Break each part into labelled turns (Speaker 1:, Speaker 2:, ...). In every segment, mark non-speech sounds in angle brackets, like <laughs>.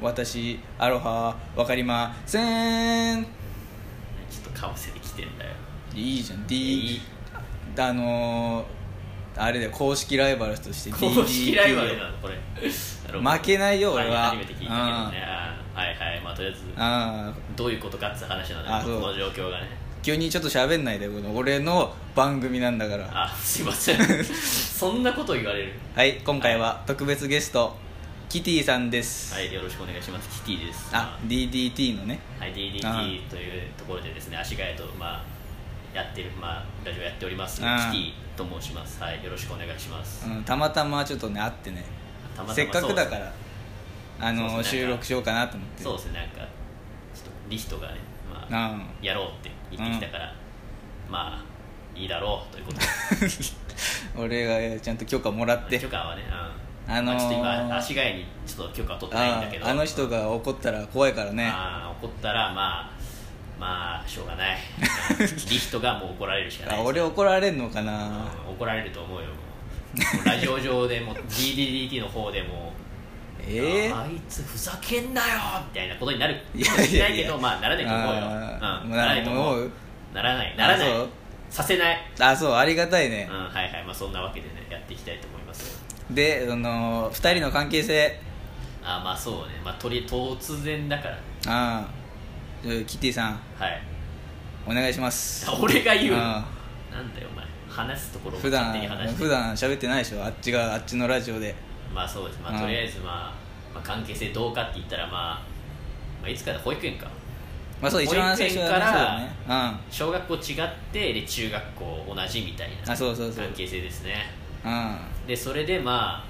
Speaker 1: 私アロハわかりません
Speaker 2: ちょっとかぶせてきてんだよ
Speaker 1: いいじゃん
Speaker 2: い
Speaker 1: D
Speaker 2: い
Speaker 1: あのー、あれだよ公式ライバルとして DDT
Speaker 2: 公式ライバルなのこれ
Speaker 1: <laughs> 負けないよ俺は
Speaker 2: 初めて聞いたけどねあーはいはいまあとりあえず
Speaker 1: ああ
Speaker 2: どういうことかって話なん
Speaker 1: あ
Speaker 2: だけ
Speaker 1: そう
Speaker 2: どこの状況がね
Speaker 1: 急にちょっと喋んないでこの俺の番組なんだから
Speaker 2: あすいませ
Speaker 1: <laughs>
Speaker 2: んそんなこと言われる
Speaker 1: はい今回は特別ゲストキティさんです、
Speaker 2: はいよろしくお願いしますキティです
Speaker 1: あ DDT のね
Speaker 2: はい、
Speaker 1: あ
Speaker 2: DDT というところでですね、足替えと、まあ、やってる、まあ、ラジオやっております、キテ
Speaker 1: あ
Speaker 2: ィと申します。はい、よろしくお願いします。
Speaker 1: うん、たまたまちょっとね会ってね
Speaker 2: たまたま
Speaker 1: せっかくだか
Speaker 2: そう
Speaker 1: らあの
Speaker 2: そうですね
Speaker 1: 収録しようかなと思って
Speaker 2: そうですね、なんか、ちょっとリストがね、まあ、
Speaker 1: あ
Speaker 2: やろうって言ってきたから、まあ、いいだろうということ
Speaker 1: <laughs> 俺がちゃん <laughs> と許可もらっ
Speaker 2: で、
Speaker 1: て
Speaker 2: 許可はね、うん
Speaker 1: あのー
Speaker 2: まちょっと今、足替えにちょっと許可は取ってないんだ
Speaker 1: あ
Speaker 2: けど、
Speaker 1: あの人が怒ったら怖いからね
Speaker 2: まあ、怒ったら、まあ、まあ、しょう
Speaker 1: <laughs>
Speaker 2: がない。リストがもう怒られるしかな
Speaker 1: あ
Speaker 2: いですね。
Speaker 1: 俺怒られんのかな
Speaker 2: うん怒られると思うよもうもうラジオ上
Speaker 1: <laughs>
Speaker 2: でも DDDT の方でも
Speaker 1: ええ
Speaker 2: ああいつふざけんなよみたいなことになる
Speaker 1: いやいやいや
Speaker 2: しないけどまあならないと思うよ
Speaker 1: あー
Speaker 2: うん
Speaker 1: まあ
Speaker 2: ならないと思
Speaker 1: も
Speaker 2: う
Speaker 1: う
Speaker 2: ならないならない
Speaker 1: あそう
Speaker 2: させない
Speaker 1: あそうありがたい
Speaker 2: うん
Speaker 1: ね、
Speaker 2: はいはいまあそんなわけでねやっていきたいと思いますよ
Speaker 1: でその2人の関係性
Speaker 2: あーまあそうねまあとり突然だからね
Speaker 1: ああじゃあキティさん
Speaker 2: はい
Speaker 1: お願いします
Speaker 2: あ俺が言う
Speaker 1: あ
Speaker 2: なんだよお前話すところを
Speaker 1: 普
Speaker 2: 勝
Speaker 1: 段
Speaker 2: 手に話して
Speaker 1: 普段喋ってないでしょあっちがあっちのラジオで
Speaker 2: まあそうですま
Speaker 1: う
Speaker 2: あ
Speaker 1: ん
Speaker 2: とりあえずまあ、まあ、関係性どうかって言ったらまあ、まあ、いつから保育園か
Speaker 1: まあそう一番最初はね
Speaker 2: 保育園から
Speaker 1: そうだね
Speaker 2: 小学校違ってで中学校同じみたいな
Speaker 1: あそうそうそう
Speaker 2: 関係性ですね
Speaker 1: うん
Speaker 2: でそれで、まあ、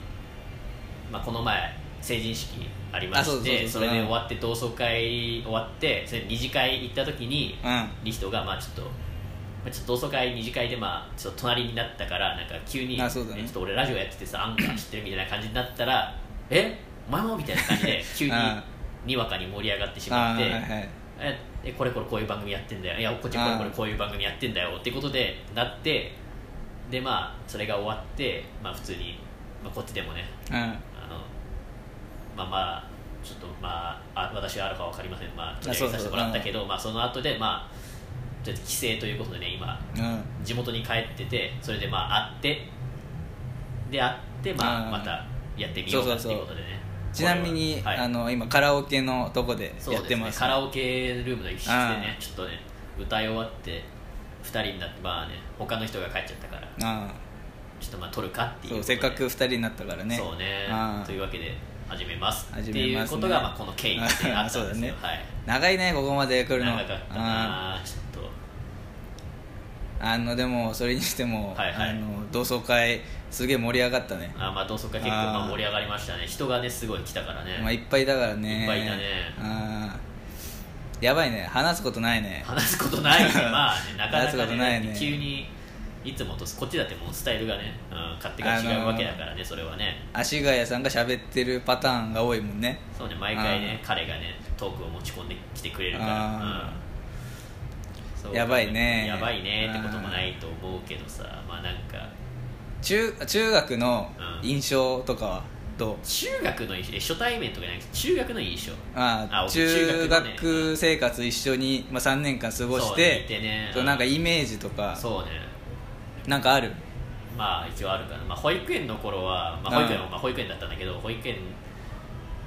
Speaker 2: まあこの前成人式ありま
Speaker 1: あそうそ
Speaker 2: し
Speaker 1: うそう
Speaker 2: て
Speaker 1: そ
Speaker 2: そうれで終わって同窓会終わってそれで二次会行った時に
Speaker 1: うんうん
Speaker 2: リストがまあちょっと。まあちょっと同窓会二次会でまあちょっと隣になったからなんか急に、
Speaker 1: あそうだね
Speaker 2: えちょっと俺ラジオやっててさアンカ
Speaker 1: <laughs>
Speaker 2: ー知ってるみたいな感じになったらえお前もみたいな感じ
Speaker 1: <laughs>
Speaker 2: で急に
Speaker 1: あ
Speaker 2: にわかに盛り上がってし
Speaker 1: あ
Speaker 2: まっ
Speaker 1: あ
Speaker 2: て、
Speaker 1: ーはいはい
Speaker 2: ええこれこれこういう番組やってんだよいやこっちこれこれこういう番組やってんだよってことでなってでまあそれが終わってまあ普通に、まあ、こっちでもね
Speaker 1: うん
Speaker 2: あのまあまあちょっとまああ私はあるか分かりませんまあ取り上げさせてもらったけどまあその後でまあとりあえず帰省ということでね今
Speaker 1: うん
Speaker 2: 地元に帰っててそれでまあ会ってで会ってま
Speaker 1: あー
Speaker 2: あまたやってみようかっていうことでね
Speaker 1: ちなみに、
Speaker 2: これははい
Speaker 1: あの今カラオケのとこで
Speaker 2: そう
Speaker 1: やっ
Speaker 2: です
Speaker 1: て
Speaker 2: ね
Speaker 1: ます
Speaker 2: カラオケルームの一室で
Speaker 1: あ
Speaker 2: ねちょっとね歌い終わって2人になってまあね他の人が帰っちゃったから
Speaker 1: あ
Speaker 2: ちょっとまあ撮るかって
Speaker 1: あ
Speaker 2: いう
Speaker 1: そ
Speaker 2: こ
Speaker 1: う
Speaker 2: と
Speaker 1: せ
Speaker 2: で
Speaker 1: っかく2人になったからね
Speaker 2: そうね
Speaker 1: ああ
Speaker 2: というわけで始めます
Speaker 1: 始
Speaker 2: って
Speaker 1: め
Speaker 2: い
Speaker 1: ま
Speaker 2: う
Speaker 1: すね
Speaker 2: ことがまあこの経緯であったんですよ
Speaker 1: <laughs> あそう
Speaker 2: はい
Speaker 1: 長いねここまで来るの
Speaker 2: 長かった
Speaker 1: ああ
Speaker 2: なちょっ
Speaker 1: あのでもそれにしても、
Speaker 2: はいはい
Speaker 1: あの同窓会すげえ盛り上がったね
Speaker 2: とあーまあ同窓会結構
Speaker 1: あー
Speaker 2: まあ盛り上がりましたね人がねすごい来たからね
Speaker 1: まあいっぱいだからね
Speaker 2: いっぱいいたね
Speaker 1: ああやばいね話すことないね
Speaker 2: 話すこ
Speaker 1: <laughs>
Speaker 2: とないねまあねなか
Speaker 1: 話
Speaker 2: な
Speaker 1: すこ
Speaker 2: か
Speaker 1: とない
Speaker 2: ね
Speaker 1: ね
Speaker 2: 急にいつもとこっちだってもうスタイルがね、うん、勝手が違うわけだからねそれはね
Speaker 1: 足ヶ谷さんが喋ってるパターンが多いもんね
Speaker 2: そうね毎回ね彼がねトークを持ち込んできてくれるから、
Speaker 1: あ
Speaker 2: うんそう
Speaker 1: やばいね
Speaker 2: やばいねってこともないと思うけどさまあなんか
Speaker 1: 中中学の印象とかはどう、
Speaker 2: 中学の印象え初対面とかじゃなくて中学の印象
Speaker 1: まあ
Speaker 2: あ
Speaker 1: 中
Speaker 2: 中学のね
Speaker 1: 学生活一緒に、まあ、3年間過ごし
Speaker 2: そう
Speaker 1: て
Speaker 2: いてね
Speaker 1: そうなんかイメージとか
Speaker 2: そうね
Speaker 1: なんかある
Speaker 2: まあ一応あるかな、まあ、保育園の頃は、まあ、保育園はまあ保育園だったんだけど保育園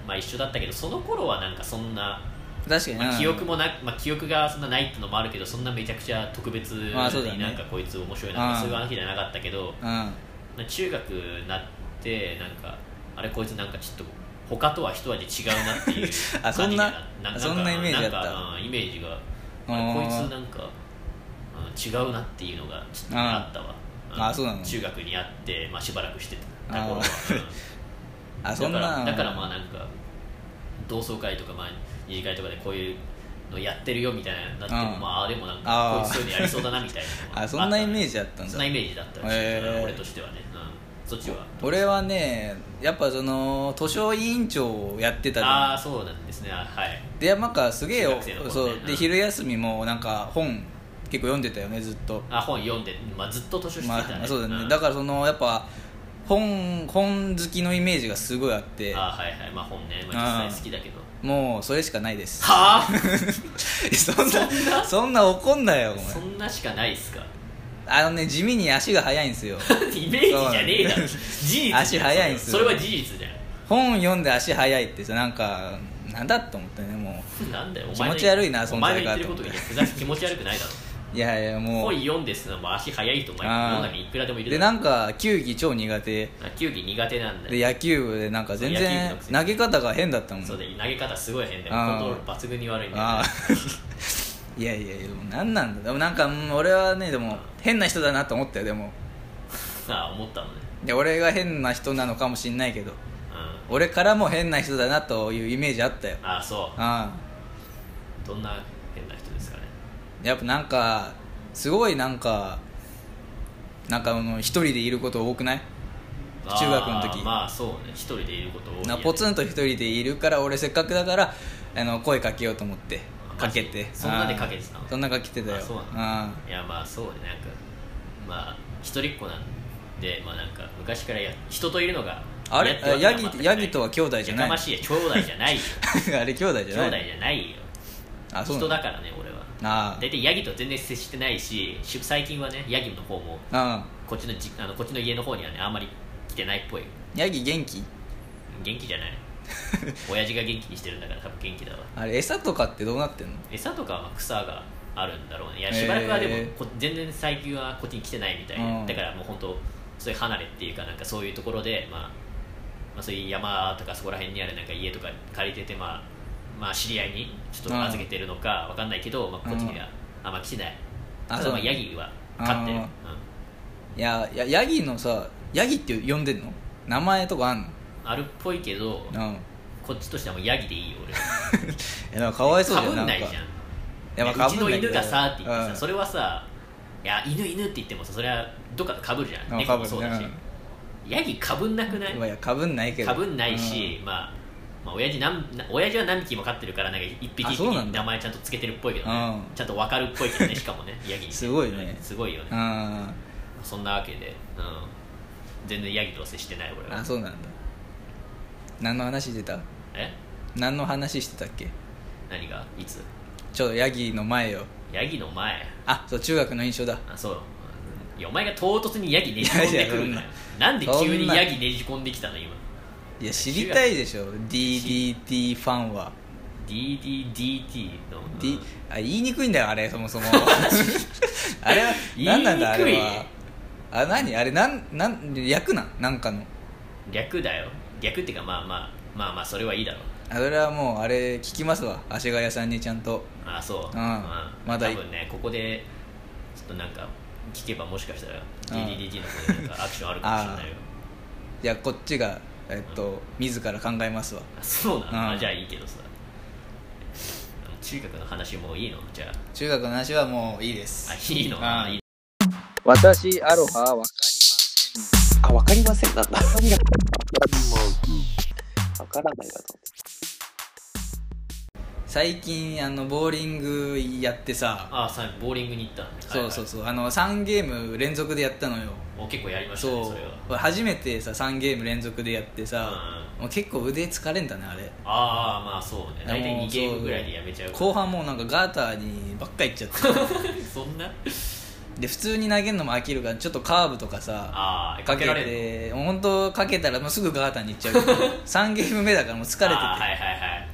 Speaker 2: まあ一緒だったけどその頃はなんかそんな、
Speaker 1: 確かに、
Speaker 2: ま
Speaker 1: うん
Speaker 2: あ、記憶もな、まあ、記憶がそんなないってのもあるけどそんなめちゃくちゃ特別に
Speaker 1: まあそうだね
Speaker 2: なんかこいつ面白いなとか
Speaker 1: うん
Speaker 2: そういう話じゃなかったけど、
Speaker 1: うん
Speaker 2: まあ中学になってなんかあれこいつなんかちょっと他とは一味違うなっていう
Speaker 1: <laughs> あそんな
Speaker 2: 感じに
Speaker 1: そんなイメージだった
Speaker 2: なんかうんイメージが
Speaker 1: あー
Speaker 2: あれこいつなんか、うん違うなっていうのがちょっとあったわ
Speaker 1: あーあそうなの
Speaker 2: 中学にあって、まあ、しばらくしてた頃は
Speaker 1: あーあそんな
Speaker 2: だから
Speaker 1: の
Speaker 2: だからまあなんか同窓会とかまあ二次会とかでこういうのやってるよみたいなのになっても、
Speaker 1: うん
Speaker 2: まああーでもなん
Speaker 1: あー
Speaker 2: かこいつそういうのやりそうだなみたいな
Speaker 1: <laughs> あそんなイメー
Speaker 2: ジ
Speaker 1: ジだったん
Speaker 2: そ
Speaker 1: だ
Speaker 2: んなイメージだったらしい、
Speaker 1: へー
Speaker 2: 俺としてはね、うん、そっちは
Speaker 1: 俺はねやっぱその図書委員長をやってたじ
Speaker 2: あ
Speaker 1: ゃ
Speaker 2: あ
Speaker 1: ん
Speaker 2: そうなんですねあはい
Speaker 1: でなんかすげえよ
Speaker 2: 中学生の
Speaker 1: そ
Speaker 2: 頃ね
Speaker 1: う
Speaker 2: う
Speaker 1: で
Speaker 2: ん
Speaker 1: 昼休みもなんか本結構読んでたよねずっと
Speaker 2: あ本読んで、まあ、ずっと図書室にいたね、
Speaker 1: まあ、そうだね、
Speaker 2: ん
Speaker 1: だからそのやっぱ本本好きのイメージがすごいあって
Speaker 2: あはいはいまあ本ね、まあ、実際好きだけど
Speaker 1: もうそれしか <laughs> ないです
Speaker 2: はあ
Speaker 1: そんなそんな怒んなよお前
Speaker 2: そんなしかないっすか <laughs>
Speaker 1: あのね地味に足が速いんですよ
Speaker 2: イメージじゃねえだろ事実だよ
Speaker 1: 足早いんすよ
Speaker 2: それは事実だよ
Speaker 1: 本読んで足速いってさなんかなんだと思ってねも
Speaker 2: なんだよお前
Speaker 1: 気持
Speaker 2: の
Speaker 1: ち悪いな
Speaker 2: お前の言って
Speaker 1: 存在が
Speaker 2: ることに別に気持ち悪くないだろ
Speaker 1: ういやいや <laughs> もう
Speaker 2: 本読んですのも足早いとお前
Speaker 1: あー
Speaker 2: 世の中にいくらでもいる
Speaker 1: で
Speaker 2: だ
Speaker 1: な
Speaker 2: ろ
Speaker 1: んか球技超苦手
Speaker 2: あ球技苦手なんだよ
Speaker 1: で野球部でなんか全
Speaker 2: 野球部
Speaker 1: 然
Speaker 2: のくせに
Speaker 1: 投げ方が変だったもん
Speaker 2: そうだよ投げ方すごい変だよ
Speaker 1: あー
Speaker 2: コントロール抜群に悪いんだよ
Speaker 1: あ <laughs> あいやいやいやでも何なんだでもなんかうん俺はねでも変な人だなと思ったよでも
Speaker 2: ああ思ったのね
Speaker 1: で俺が変な人なのかもしんないけど
Speaker 2: うん
Speaker 1: 俺からも変な人だなというイメージあったよ
Speaker 2: ああそ
Speaker 1: あ
Speaker 2: うどんな変な人ですかね
Speaker 1: あやっぱなんかすごいなんかなんかあの一人でいること多くない
Speaker 2: あー
Speaker 1: 中学の時
Speaker 2: まあそうね一人でいること多いよね
Speaker 1: なポツンと一人でいるから俺せっかくだからあの声かけようと思ってかけて
Speaker 2: マジそんなでかけてたの
Speaker 1: ああそんな <laughs> かけてたよ
Speaker 2: あそう
Speaker 1: あ
Speaker 2: いやまあそうねなんかまあ一人っ子なんでまあなんか昔からや人といるのが
Speaker 1: あれ
Speaker 2: 嫌ってわけでは全くない
Speaker 1: ヤギヤギとは兄弟じゃない
Speaker 2: やかましいや兄弟じゃないよ
Speaker 1: ああれ兄弟
Speaker 2: 兄
Speaker 1: じゃな
Speaker 2: 弟
Speaker 1: い
Speaker 2: じゃないよ
Speaker 1: あそう
Speaker 2: 人
Speaker 1: な
Speaker 2: だからね俺は
Speaker 1: あ
Speaker 2: 大体ヤギと全然接してないしし最近はねヤギの方も
Speaker 1: あ
Speaker 2: こっちのじあのこっちの家の方にはねあんまり来てないっぽい
Speaker 1: うんヤギ元気
Speaker 2: 元気じ
Speaker 1: <laughs>
Speaker 2: ゃない親父が元気にしてるんだから多分元気だわ
Speaker 1: あれ餌とかってどうなってんの
Speaker 2: 餌とかはまあ草があるんだろうねいやしばらくはでも
Speaker 1: へー
Speaker 2: こ全然最近はこっちに来てないみたいで、
Speaker 1: うん
Speaker 2: だからもう本当そういう離れっていうかなんかそういうところで、まあ、まあそういう山とかそこら辺にあるなんか家とか借りててまあまあ知り合いにちょっ
Speaker 1: うん
Speaker 2: と預けてるのかわかんないけど、まあ、こっちにはあんま来てない
Speaker 1: あ
Speaker 2: た
Speaker 1: そ
Speaker 2: だ
Speaker 1: う
Speaker 2: まあヤギは飼ってる、
Speaker 1: う
Speaker 2: うんん
Speaker 1: いややヤギのさヤギって呼んでんの名前とかあんの
Speaker 2: あるっぽいけど
Speaker 1: うん
Speaker 2: こっちとしてはもうヤギでいいよ俺
Speaker 1: えなんかかわいそう
Speaker 2: か
Speaker 1: だよ
Speaker 2: ぶんない
Speaker 1: か
Speaker 2: じゃん
Speaker 1: やまあ
Speaker 2: うち
Speaker 1: 被
Speaker 2: の
Speaker 1: んないけ
Speaker 2: 犬
Speaker 1: ど
Speaker 2: がさって言ってさ、
Speaker 1: うん
Speaker 2: それはさ「いや犬犬」って言ってもさそれはどっかかぶるじゃん
Speaker 1: うん
Speaker 2: 猫もそうだし、
Speaker 1: 被るね
Speaker 2: ヤギかぶんなくない
Speaker 1: まあいやかぶんないけど
Speaker 2: かぶんないし、まあ、まあ親父なんな親父は何匹も飼ってるからなんか一匹
Speaker 1: あ
Speaker 2: 一
Speaker 1: そうなん
Speaker 2: 匹
Speaker 1: だ
Speaker 2: 名前ちゃんとつけてるっぽいけどね、
Speaker 1: うん
Speaker 2: ちゃんと分かるっぽいけどねしか
Speaker 1: <laughs>
Speaker 2: もねヤギに
Speaker 1: すごいね
Speaker 2: すごいよね、
Speaker 1: うんあ
Speaker 2: そんなわけで、うん、全然ヤギとは接してない俺
Speaker 1: ー
Speaker 2: は
Speaker 1: あそうなんだ何の話してた
Speaker 2: え
Speaker 1: 何の話してたっけ
Speaker 2: 何がいつ
Speaker 1: ちょうどヤギの前よ
Speaker 2: ヤギの前
Speaker 1: あそう中学の印象だ
Speaker 2: あそういやお前が唐突にヤギねじ込んでくる
Speaker 1: い
Speaker 2: ん
Speaker 1: や
Speaker 2: だ
Speaker 1: い
Speaker 2: よ
Speaker 1: や
Speaker 2: なんで急
Speaker 1: そん
Speaker 2: に
Speaker 1: な
Speaker 2: ヤギねじ込んできたの今
Speaker 1: いや知りたいでしょ DDT ファンは、
Speaker 2: DDDT の
Speaker 1: D あ言いにくいんだよあれそもそ
Speaker 2: <laughs>
Speaker 1: もあれは何なんだあ
Speaker 2: 言い
Speaker 1: れ
Speaker 2: にくい
Speaker 1: はあ何あれなんなん略なんなんかの
Speaker 2: 略だよ略っていうかまあまあまあまあそれはいいだろう
Speaker 1: あそれはもうあれ聞きますわ足がやさんにちゃんと
Speaker 2: ああそ
Speaker 1: うん
Speaker 2: う、
Speaker 1: ま
Speaker 2: ま
Speaker 1: だ
Speaker 2: だ
Speaker 1: い
Speaker 2: 多分ねここでちょっとなんか聞けばもしかしたら
Speaker 1: うん
Speaker 2: DDDT の方でなんかアクションあるかもしれ
Speaker 1: <laughs>
Speaker 2: ないよ
Speaker 1: いやこっちがえっと自ら考えますわ
Speaker 2: あそうなの、
Speaker 1: うん
Speaker 2: あじゃあいいけどさ中学の話もういいのじゃ
Speaker 1: 中学の話はもういいで
Speaker 2: あ
Speaker 1: す
Speaker 2: あいいの
Speaker 1: うん
Speaker 2: いいの
Speaker 1: 私アロハわかりませんあわかりませんなんだ
Speaker 3: わからないかと思って
Speaker 1: <laughs> 最近あのボーリングやってさ
Speaker 2: ああさボーリングに行ったのね
Speaker 1: そうそうそ
Speaker 2: そ
Speaker 1: うあの3ゲーム連続でやったのよ
Speaker 2: う、お結構やりましたねそ
Speaker 1: そ
Speaker 2: れは
Speaker 1: う初めてさ3ゲーム連続でやってさ、
Speaker 2: うん
Speaker 1: もう結構腕疲れんだねあれ
Speaker 2: ああまあそうね大体
Speaker 1: もう
Speaker 2: 2ゲームぐらいでやめちゃう
Speaker 1: 後半もうなんかガーターにばっかいっちゃって
Speaker 2: <laughs> そんな
Speaker 1: で普通に投げるのも飽きるからちょっとカーブとかさ
Speaker 2: ああかけられる
Speaker 1: てもう本当かけたらもうすぐガーターにいっちゃうけ
Speaker 2: <laughs>
Speaker 1: ど3ゲーム目だからもう疲れてて、
Speaker 2: あーはいはいはい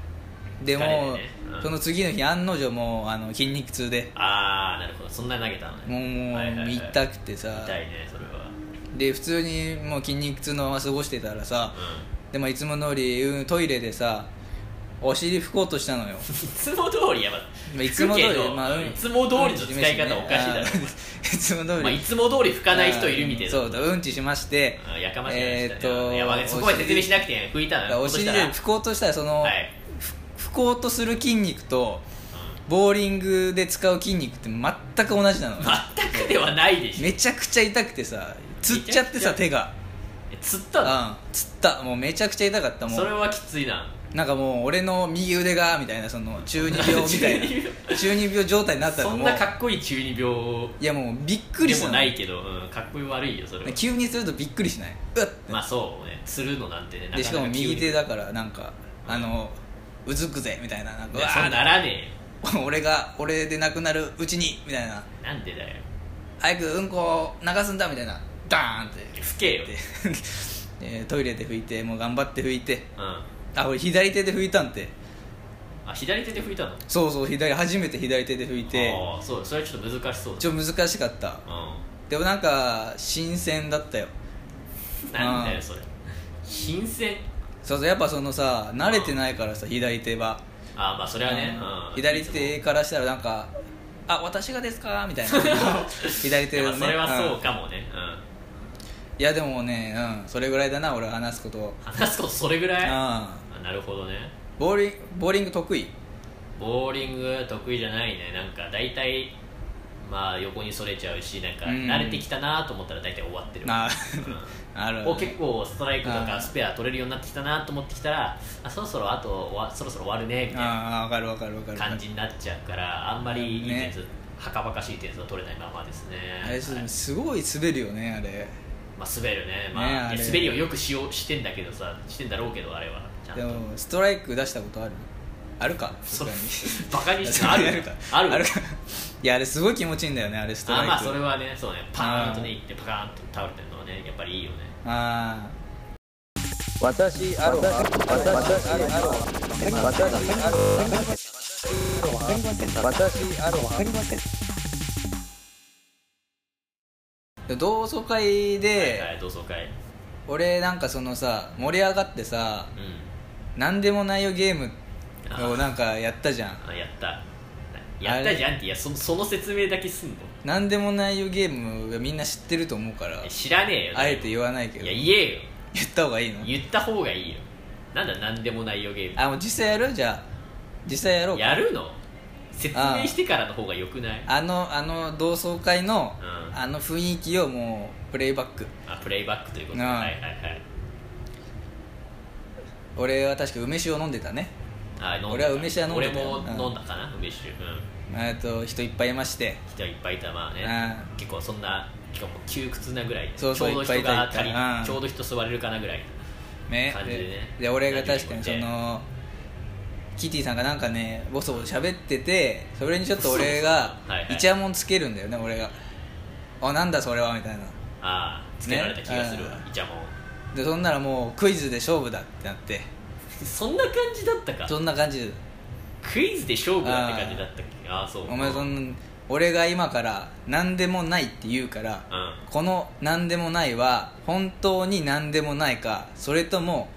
Speaker 1: で
Speaker 2: 疲れ
Speaker 1: もう、
Speaker 2: るねうん
Speaker 1: その次の日案の定もうあの筋肉痛で
Speaker 2: ああなるほどそんな投げたのね
Speaker 1: もうもう、
Speaker 2: はいはいはい
Speaker 1: 痛くてさ
Speaker 2: 痛いねそれは
Speaker 1: で普通にもう筋肉痛のまま過ごしてたらさ、
Speaker 2: う
Speaker 1: でもいつも通りうんトイレでさお尻拭こうとした
Speaker 2: <laughs>
Speaker 1: のよ
Speaker 2: んいつも通りやば
Speaker 1: まあいつも通り
Speaker 2: 拭くけど
Speaker 1: まあうん
Speaker 2: いつも通りの使い方おかしいだろ
Speaker 1: うん、 <laughs> ちしまねあーいつも通り、
Speaker 2: まあ、いつも通り拭かない人いるみたいな
Speaker 1: そうだうんちしまして
Speaker 2: あやかましい話だね
Speaker 1: えーっと
Speaker 2: いやまあそこまで説明しなくて拭いたの
Speaker 1: お尻で拭こうとしたらその、
Speaker 2: はい
Speaker 1: 拭こうとする筋肉とボーリングで使う筋肉って全く同じなのよ
Speaker 2: 全くではないでしょ
Speaker 1: めちゃくちゃ痛くてさつっちゃってさ
Speaker 2: めちゃくちゃ
Speaker 1: 手が
Speaker 2: 釣ったの
Speaker 1: うんつったもうめちゃくちゃ痛かったも
Speaker 2: それ
Speaker 1: う
Speaker 2: はきついな
Speaker 1: なんかもう俺の右腕がみたいなその中二病みたい
Speaker 2: 中二 <laughs>
Speaker 1: な中二病状態になったら
Speaker 2: そ
Speaker 1: もうん
Speaker 2: なかっこいい中二病
Speaker 1: いやもうびっくり
Speaker 2: で
Speaker 1: し
Speaker 2: も
Speaker 1: た
Speaker 2: ないけど、うん、かっこ悪いよそれは
Speaker 1: 急にするとびっくりしないうわっ
Speaker 2: まあそうねつるのなんてねな
Speaker 1: でしかも
Speaker 2: 急に
Speaker 1: 右手
Speaker 2: い
Speaker 1: だからなんかあのうずくぜみたいななんかう
Speaker 2: や
Speaker 1: わ
Speaker 2: そうならね
Speaker 1: ー <laughs> 俺が俺で亡くなるうちにみたいな
Speaker 2: えよなんでだよ
Speaker 1: 早くうんこを流すんだみたいなダーンって <laughs>
Speaker 2: 吹けよ、
Speaker 1: ででトイレで拭いてもう頑張って拭いて
Speaker 2: うん、あ
Speaker 1: あ俺左手で拭いたんて
Speaker 2: 左手で吹いたの
Speaker 1: そうそう左初めて左手で拭いて
Speaker 2: ああそうそれはちょっと難しそうだ
Speaker 1: ちょっと難しかった
Speaker 2: う
Speaker 1: でもなんか新鮮だったよ
Speaker 2: んなんだ
Speaker 1: う
Speaker 2: よ
Speaker 1: ん
Speaker 2: それ新鮮
Speaker 1: そうそうやっぱそのさ慣れてないからさ左手は
Speaker 2: ああまあそれはね、うん、
Speaker 1: 左手からしたらなんか「あ私がですか?」みたいな
Speaker 2: <laughs>
Speaker 1: 左手
Speaker 2: で
Speaker 1: の
Speaker 2: も
Speaker 1: ね
Speaker 2: それはそうんかもね、うん
Speaker 1: いやでもね、うん、それぐらいだな俺は話すことを
Speaker 2: 話すことそれぐ
Speaker 1: う
Speaker 2: らいあ
Speaker 1: ん
Speaker 2: なるほどね
Speaker 1: ボーリンボーリング得意
Speaker 2: ボーリング得意じゃないねなんか大体まあ横にそれちゃうしなんか
Speaker 1: うん
Speaker 2: 慣れてきたなと思ったら大体終わってる、
Speaker 1: ああ
Speaker 2: う
Speaker 1: る
Speaker 2: ん、お結構ストライクと
Speaker 1: あ
Speaker 2: か
Speaker 1: ー
Speaker 2: スペア取れるようになってきたなと思ってきたらあそろそろあと終わそろそろ終わるねみたいな
Speaker 1: ああ分かる分かる分かる
Speaker 2: 感じになっちゃうからあんまりいい点数、
Speaker 1: ね
Speaker 2: はかばかしい点数は取れないままですね
Speaker 1: あれす
Speaker 2: はい
Speaker 1: すごい滑るよねあれ
Speaker 2: まあ、滑るね,、まあ、
Speaker 1: ねあれ
Speaker 2: 滑りをよくしようしてんだけどさしてんだろうけどあれはちゃん
Speaker 1: で
Speaker 2: と
Speaker 1: もストライク出したことあるあるか
Speaker 2: そ
Speaker 1: さす
Speaker 2: バカ
Speaker 1: が
Speaker 2: に
Speaker 1: に
Speaker 2: してあ
Speaker 1: <laughs>
Speaker 2: る
Speaker 1: あるか
Speaker 2: ある
Speaker 1: あるかいやあれすごい気持ちいいんだよねあれストライ
Speaker 2: あ
Speaker 1: ク
Speaker 2: まあそれはねそうねパーンと
Speaker 1: あ
Speaker 2: ね
Speaker 1: ー
Speaker 2: いってパカーンと倒れてるのはねやっぱりいいよね
Speaker 1: あー
Speaker 3: 私アロハ私アロハ私アロハ私アロハ
Speaker 1: で同窓会で、
Speaker 2: はい同窓会
Speaker 1: 俺なんかそのさ盛り上がってさ
Speaker 2: うん
Speaker 1: 何でもないよゲームを
Speaker 2: あ
Speaker 1: なんかやったじゃん
Speaker 2: あやったやったじゃんっていやそその説明だけすんの
Speaker 1: 何でもないよゲームはみんな知ってると思うから
Speaker 2: いや知らねえよ
Speaker 1: あえて言わないけど
Speaker 2: いや
Speaker 1: 言
Speaker 2: 言えよ
Speaker 1: った方がいいの
Speaker 2: 言った方がいいよなんだなんでもないよゲーム
Speaker 1: あもう実際やるじゃあ実際やろうか
Speaker 2: やるの説明してからの方がよくない
Speaker 1: あのあの同窓会の
Speaker 2: うん
Speaker 1: あの雰囲気をもうプレイバック
Speaker 2: あプレイバックということで
Speaker 1: うん
Speaker 2: はいはいはい
Speaker 1: 俺は確か梅酒を飲んでたね
Speaker 2: あ飲んだ
Speaker 1: 俺は梅酒は飲んでたよ
Speaker 2: 俺
Speaker 1: うん
Speaker 2: も飲んだかな、梅酒、うん、
Speaker 1: えっと人いっぱいいまして
Speaker 2: 人はいっぱいいたまあね、
Speaker 1: う
Speaker 2: 結構そんなしかも窮屈なぐらい
Speaker 1: そうそう
Speaker 2: ちょうど
Speaker 1: いっぱい
Speaker 2: 人
Speaker 1: いた
Speaker 2: が足り
Speaker 1: いっぱいうん
Speaker 2: ちょうど人座れるかなぐらい
Speaker 1: ね
Speaker 2: 感じでね
Speaker 1: で俺が確かにそ
Speaker 2: 何
Speaker 1: のキティさんがなんかねボソボソ喋っててそれにちょっと俺が
Speaker 2: そうそうはいはい
Speaker 1: イチャモンつけるんだよね俺が「あなんだそれは」みたいな
Speaker 2: ああつけられた気がするわ、
Speaker 1: ね
Speaker 2: イチャモン
Speaker 1: でそんならもうクイズで勝負だってなって
Speaker 2: そんな感じだったか
Speaker 1: そんな感じで
Speaker 2: クイズで勝負だって感じだったっけああそう
Speaker 1: お前そ
Speaker 2: うん
Speaker 1: な俺が今から何でもないって言うから
Speaker 2: うん
Speaker 1: この何でもないは本当に何でもないかそれとも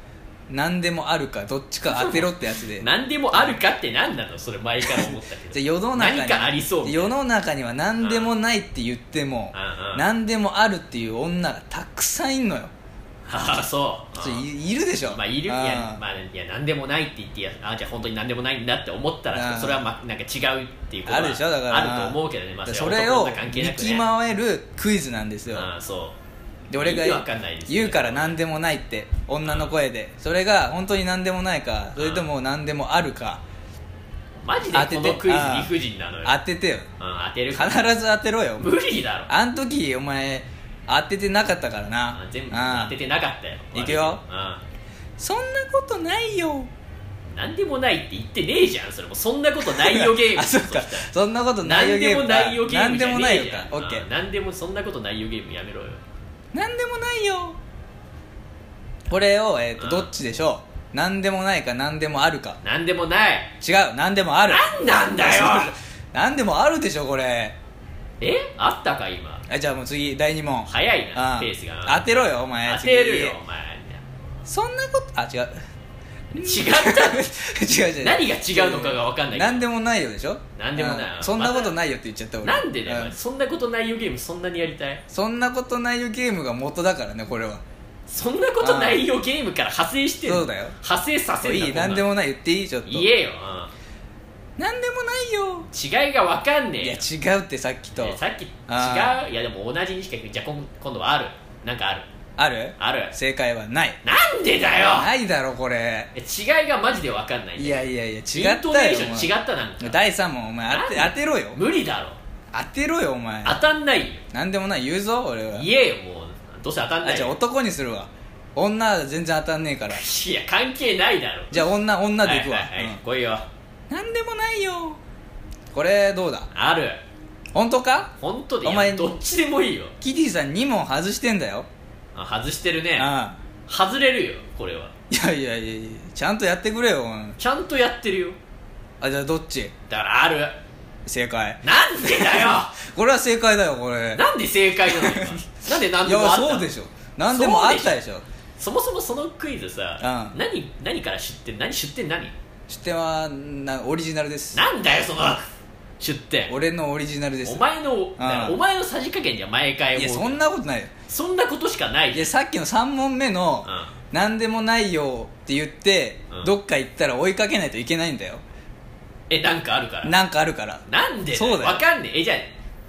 Speaker 1: 何でもあるかどっちか当てろってやつで
Speaker 2: 何でもあるかって何なのそれ前から思ったけど
Speaker 1: じゃあ世の中に
Speaker 2: 何かありそう
Speaker 1: 世の中には何でもないって言っても、
Speaker 2: うんうん
Speaker 1: 何でもあるっていう女がたくさんいんのよ、
Speaker 2: ああそう
Speaker 1: それ
Speaker 2: うん
Speaker 1: いいるでしょ
Speaker 2: まあいるい
Speaker 1: うん
Speaker 2: や,、まあ、いや何でもないって言っていやあじゃあ本当に何でもないんだって思った
Speaker 1: う
Speaker 2: ら
Speaker 1: ん
Speaker 2: それは、ま、なんか違うっていうこと
Speaker 1: あるでしょだから
Speaker 2: あると思うけどね、まあ、
Speaker 1: で
Speaker 2: そ
Speaker 1: そ
Speaker 2: れは
Speaker 1: れを
Speaker 2: 男女関係な
Speaker 1: 見
Speaker 2: くね
Speaker 1: き回るクイズなんですよ、
Speaker 2: うんそう
Speaker 1: で俺が
Speaker 2: 意味わかんないですね
Speaker 1: 言うから何でもないって女の声で、それが本当に何でもないかそれとも何でもあるか、
Speaker 2: マジで
Speaker 1: 当て
Speaker 2: こ
Speaker 1: て
Speaker 2: のクイズ
Speaker 1: あー
Speaker 2: 理不尽なのよ、うん、
Speaker 1: 当ててよ
Speaker 2: 当てる
Speaker 1: 必ず当てろよ
Speaker 2: 無理だろ
Speaker 1: あん時お前当ててなかったからな
Speaker 2: あ全部
Speaker 1: うん
Speaker 2: 当ててなかったよ
Speaker 1: いくよ
Speaker 2: う
Speaker 1: そんなことないよ
Speaker 2: ん何でもないって言ってねえじゃんそれもそんなことないよゲーム
Speaker 1: あそっか
Speaker 2: したら
Speaker 1: そんなことないよ
Speaker 2: 何
Speaker 1: ゲ
Speaker 2: で
Speaker 1: ー
Speaker 2: も
Speaker 1: ム
Speaker 2: ないよゲーム
Speaker 1: 何
Speaker 2: じ
Speaker 1: で
Speaker 2: ゃ
Speaker 1: もな
Speaker 2: ね
Speaker 1: い
Speaker 2: え
Speaker 1: よ
Speaker 2: じゃ
Speaker 1: か
Speaker 2: ん
Speaker 1: オッケ
Speaker 2: うん
Speaker 1: ー
Speaker 2: 何でもそんなことないよゲームやめろよ
Speaker 1: 何でもないよこれを、えー
Speaker 2: う
Speaker 1: と
Speaker 2: ん
Speaker 1: どっちでしょう何でもないか何でもあるか
Speaker 2: 何でもない
Speaker 1: 違う何でもある
Speaker 2: 何なんだよ
Speaker 1: <laughs> 何でもあるでしょこれ
Speaker 2: えあったか今
Speaker 1: あじゃあもう次第2問
Speaker 2: 早いな
Speaker 1: うん
Speaker 2: ペースが
Speaker 1: 当てろよお前
Speaker 2: 当てるよ
Speaker 1: 次
Speaker 2: お前
Speaker 1: そんなことあ違う
Speaker 2: 違った
Speaker 1: <laughs> 違う違う
Speaker 2: 何が違うのかが分かんないけど
Speaker 1: 何でもないよでしょ
Speaker 2: 何でもない
Speaker 1: うんそんなことないよって言っちゃった俺
Speaker 2: なんでだよお
Speaker 1: う
Speaker 2: 前
Speaker 1: ん
Speaker 2: そんなことないよゲームそんなにやりたい
Speaker 1: そんなことないよゲームが元だからねこれは
Speaker 2: そんなことないよゲームから派生してんの
Speaker 1: そうだよ
Speaker 2: 派生させんない
Speaker 1: い何でもない言っていいちょっと
Speaker 2: 言えよ、
Speaker 1: 何でもないよ
Speaker 2: うん違いが分かんね
Speaker 1: い
Speaker 2: え
Speaker 1: や
Speaker 2: よ
Speaker 1: 違うってさっきと
Speaker 2: いやさっき違う
Speaker 1: あ
Speaker 2: いやでも同じにしか聞くじゃあ今今度はあるなんかある
Speaker 1: ある
Speaker 2: ある
Speaker 1: 正解はない
Speaker 2: なんでだよ
Speaker 1: ないだろこれ
Speaker 2: え違いがマジで分かんないん
Speaker 1: い
Speaker 2: だよ
Speaker 1: やいやいや違
Speaker 2: イ
Speaker 1: っ
Speaker 2: ン
Speaker 1: た
Speaker 2: ト
Speaker 1: よ
Speaker 2: ネーション
Speaker 1: お
Speaker 2: 違
Speaker 1: 前
Speaker 2: ったなんか
Speaker 1: 第3問お前当て
Speaker 2: なん
Speaker 1: 当てろよ
Speaker 2: 無理だろ
Speaker 1: 当てろよお前
Speaker 2: 当たんないよ
Speaker 1: なんでもない言うぞ俺は
Speaker 2: 言えよもうどうせ当たんな
Speaker 1: あ
Speaker 2: い
Speaker 1: じゃあ
Speaker 2: よ
Speaker 1: 男にするわ女は全然当たんねえから
Speaker 2: いや関係ないだろ
Speaker 1: じゃあ女女でいくわ、
Speaker 2: はいはいはい
Speaker 1: うん
Speaker 2: 来いよ
Speaker 1: なんでもないよこれどうだ
Speaker 2: ある
Speaker 1: 本当か
Speaker 2: 本当で
Speaker 1: お前
Speaker 2: いやどっちでもいいよ
Speaker 1: キティさん2問外してんだよ、
Speaker 2: あ外してるね
Speaker 1: ああ
Speaker 2: 外れるよこれはい
Speaker 1: やいやいやいやちゃんとやってくれよお前
Speaker 2: ちゃんとやってるよ
Speaker 1: あじゃあどっち
Speaker 2: だからある
Speaker 1: 正解
Speaker 2: なんでだよ
Speaker 1: これは正解だよこれ
Speaker 2: なんで正解な
Speaker 1: <laughs>
Speaker 2: の今なんで何
Speaker 1: い
Speaker 2: でもあ
Speaker 1: や
Speaker 2: ったの
Speaker 1: そうでしょ何でもあったでしょ
Speaker 2: そもそもそのクイズさ、
Speaker 1: うん
Speaker 2: 何何から出典何出典何
Speaker 1: 出典はなオリジナルです
Speaker 2: なんだよその出典
Speaker 1: 俺のオリジナルです
Speaker 2: お前の、だからお前のさじ加減じゃ毎回
Speaker 1: いや
Speaker 2: もう
Speaker 1: そんなことないよ
Speaker 2: そんなことしかない
Speaker 1: いやさっきの3問目の
Speaker 2: うん
Speaker 1: 「何でもないよ」って言って、
Speaker 2: うん
Speaker 1: どっか行ったら追いかけないといけないんだよ
Speaker 2: えなんかあるから
Speaker 1: なんかあるから
Speaker 2: なんで
Speaker 1: そうだよ
Speaker 2: わかんねええじゃあ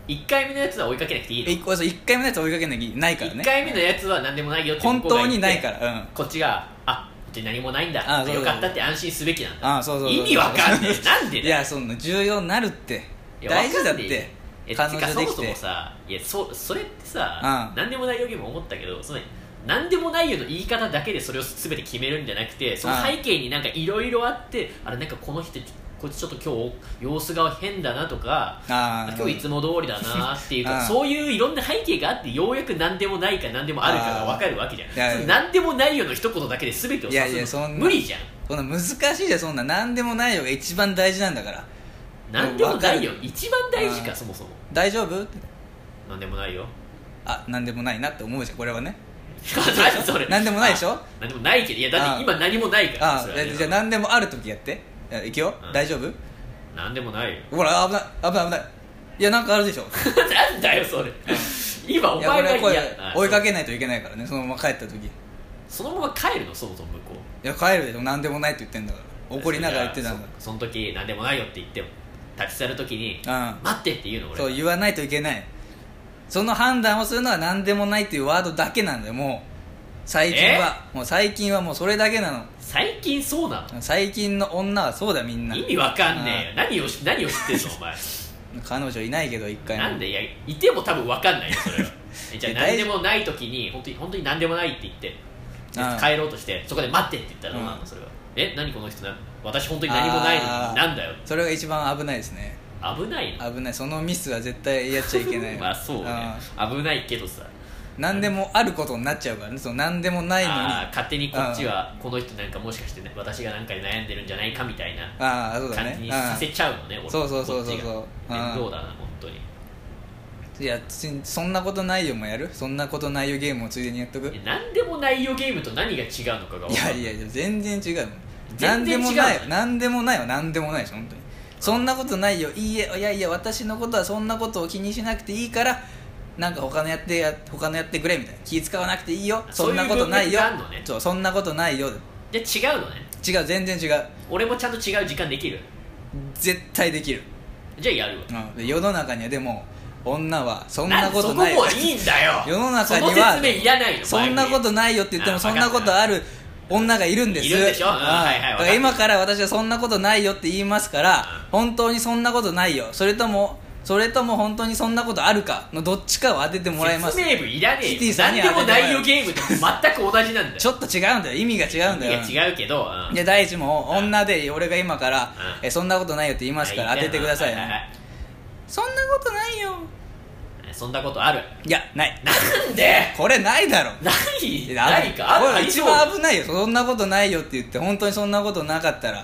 Speaker 2: 1回目のやつは追いかけなくていいの
Speaker 1: 1回目のやつ追いかけなきゃないからね
Speaker 2: 1回目のやつは何でもないよって
Speaker 1: 本当にない
Speaker 2: ら
Speaker 1: からうん
Speaker 2: こっちがあで何もないんだ
Speaker 1: あそうそう
Speaker 2: よかったって安心すべきなんだ
Speaker 1: あそうそうそう
Speaker 2: 意味わかんねえなんでだよ
Speaker 1: いやそんな重要になるって
Speaker 2: いや
Speaker 1: 大事だっ
Speaker 2: わかんね
Speaker 1: て
Speaker 2: えよ
Speaker 1: 彼
Speaker 2: えてか
Speaker 1: 女
Speaker 2: そ
Speaker 1: で
Speaker 2: も
Speaker 1: き
Speaker 2: そも
Speaker 1: て
Speaker 2: さいやそそれってさ、
Speaker 1: うん
Speaker 2: 何でもないよりも思ったけどその何でもないよの言い方だけでそれを全て決めるんじゃなくてその背景になんかいろいろあって、あれなんかこの人こいつちょっと今日様子が変だなとか
Speaker 1: あー
Speaker 2: 今日いつも通りだなっていう
Speaker 1: あ
Speaker 2: か
Speaker 1: ー
Speaker 2: そういういろんな背景があってようやく何でもないか何でもあるかが分かるわけじ
Speaker 1: いや
Speaker 2: ゃんその何でもないよの一言だけで全てを
Speaker 1: いやいや
Speaker 2: 指す
Speaker 1: そ
Speaker 2: の
Speaker 1: んな
Speaker 2: 無理じゃん
Speaker 1: そんな難しいじゃんそんな何でもないよが一番大事なんだから
Speaker 2: 何でもないよ
Speaker 1: わか
Speaker 2: 一番大事
Speaker 1: あ
Speaker 2: か
Speaker 1: ー
Speaker 2: そもそも
Speaker 1: 大丈夫
Speaker 2: 何でもないよ
Speaker 1: あ何でもないなって思うじゃんこれはね
Speaker 2: <laughs> 何それ
Speaker 1: 何でもないでしょ
Speaker 2: あ何でもないけどいやだって今何もないから
Speaker 1: あ
Speaker 2: それはね
Speaker 1: じゃあ何でもある時やっていやいくよ、
Speaker 2: うん
Speaker 1: 大丈夫
Speaker 2: 何でもないよ <laughs>
Speaker 1: ほら危ない危ない危ないいやなんかあるでしょ
Speaker 2: なんだよそれ今お
Speaker 1: いやこれ
Speaker 2: 前
Speaker 1: はこ
Speaker 2: が
Speaker 1: れ
Speaker 2: 嫌あ
Speaker 1: 追いかけないといけないからねそのまま帰った時い
Speaker 2: そのまま帰るのそもそも向こう
Speaker 1: や帰るでしょ何でもないって言ってんだから怒りながら言ってたんだか
Speaker 2: そその時何でもないよって言っても立ち去る時に
Speaker 1: らうん
Speaker 2: 待ってって言うの俺
Speaker 1: そう言わないといけないその判断をするのは何でもないっていうワードだけなんだよもう最近はもう最近はもうそれだけなの
Speaker 2: 最近そうな
Speaker 1: 最近の女はそうだみんな
Speaker 2: の意味わかんねえよ何をし何を知ってんのお前
Speaker 1: 彼女いないけど一回も
Speaker 2: なんでいやいても多分わかんないよそ
Speaker 1: <laughs>
Speaker 2: れはえじゃあ
Speaker 1: いや大
Speaker 2: 何
Speaker 1: 事
Speaker 2: でもない時に本当に本当に何でもないって言ってで
Speaker 1: うん
Speaker 2: 帰ろうとしてそこで待ってって言ったらどうな
Speaker 1: うん
Speaker 2: のそれはえ何この人な私本当に何もないのに
Speaker 1: あー
Speaker 2: なんだよ
Speaker 1: それが一番危ないですね
Speaker 2: 危ないの
Speaker 1: 危ないそのミスは絶対やっちゃいけない
Speaker 2: <laughs> まあそうね危ないけどさ
Speaker 1: うん何でもあることになっちゃうからねその何でもないのに
Speaker 2: あー
Speaker 1: あ
Speaker 2: 勝手にこっちはこの人なんかもしかしてね私がなんかに悩んでるんじゃないかみたい
Speaker 1: あ
Speaker 2: な
Speaker 1: ーそうだ
Speaker 2: 感
Speaker 1: ね
Speaker 2: じにさせちゃうのね
Speaker 1: ん
Speaker 2: 俺
Speaker 1: そうそうそうそうそう
Speaker 2: こっちが
Speaker 1: うん
Speaker 2: 面倒だな本当に
Speaker 1: うんいやちそんなことないよもやるそんなことないよゲームをついでにやっとく
Speaker 2: え何でもないよゲームと何が違うのかが
Speaker 1: い
Speaker 2: 分か
Speaker 1: や
Speaker 2: んない
Speaker 1: いやいや全然違うもん
Speaker 2: 全
Speaker 1: 何で
Speaker 2: 然違う
Speaker 1: もないよ何でもないよ何でもないでしょ本当にそんなことないよいいえいやいや私のことはそんなことを気にしなくていいからなんか他のやってや他のやってくれみたいな気使わなくていいよそ
Speaker 2: そういうん
Speaker 1: なことないよ
Speaker 2: 文脈があんのね
Speaker 1: そうそんなことないよ
Speaker 2: じゃあ違うのね
Speaker 1: 違う全然違う
Speaker 2: 俺もちゃんと違う時間できる
Speaker 1: 絶対できる、
Speaker 2: じゃあやるわ
Speaker 1: うんで世の中にはでも女はそんなことない
Speaker 2: ん
Speaker 1: よ
Speaker 2: そこもういいんだよ
Speaker 1: 世の中に
Speaker 2: その
Speaker 1: は
Speaker 2: 説明いらないの
Speaker 1: そんなことないよって言っても
Speaker 2: あ
Speaker 1: そんなことある女がいるんです
Speaker 2: いるんでしょうん
Speaker 1: ああ
Speaker 2: はいは
Speaker 1: だか
Speaker 2: いわからる
Speaker 1: 今から私はそんなことないよって言いますから本当にそんなことないよそれともそれとも本当にそんなことあるかのどっちかを当ててもらいます
Speaker 2: 説明文いらねえ
Speaker 1: シティ
Speaker 2: よ
Speaker 1: さん
Speaker 2: 何
Speaker 1: に
Speaker 2: で
Speaker 1: は
Speaker 2: も
Speaker 1: 当ててもらえ
Speaker 2: 内容ゲームと全く同じなんだよ
Speaker 1: ちょっと違うんだよ意味が違うんだよ
Speaker 2: いや違うけど、うん
Speaker 1: で第一問女で俺が今から
Speaker 2: う
Speaker 1: 「
Speaker 2: ん
Speaker 1: えそんなことないよ」って言いますから当ててください
Speaker 2: ははは
Speaker 1: ねそんなことないよ
Speaker 2: はいそんなことある
Speaker 1: いやない
Speaker 2: なんで
Speaker 1: これないだろ
Speaker 2: ない
Speaker 1: いや
Speaker 2: ないか
Speaker 1: こ
Speaker 2: あ
Speaker 1: れ
Speaker 2: る
Speaker 1: 一
Speaker 2: あり
Speaker 1: 番
Speaker 2: そう
Speaker 1: 危ないよそんなことないよって言って本当にそんなことなかったら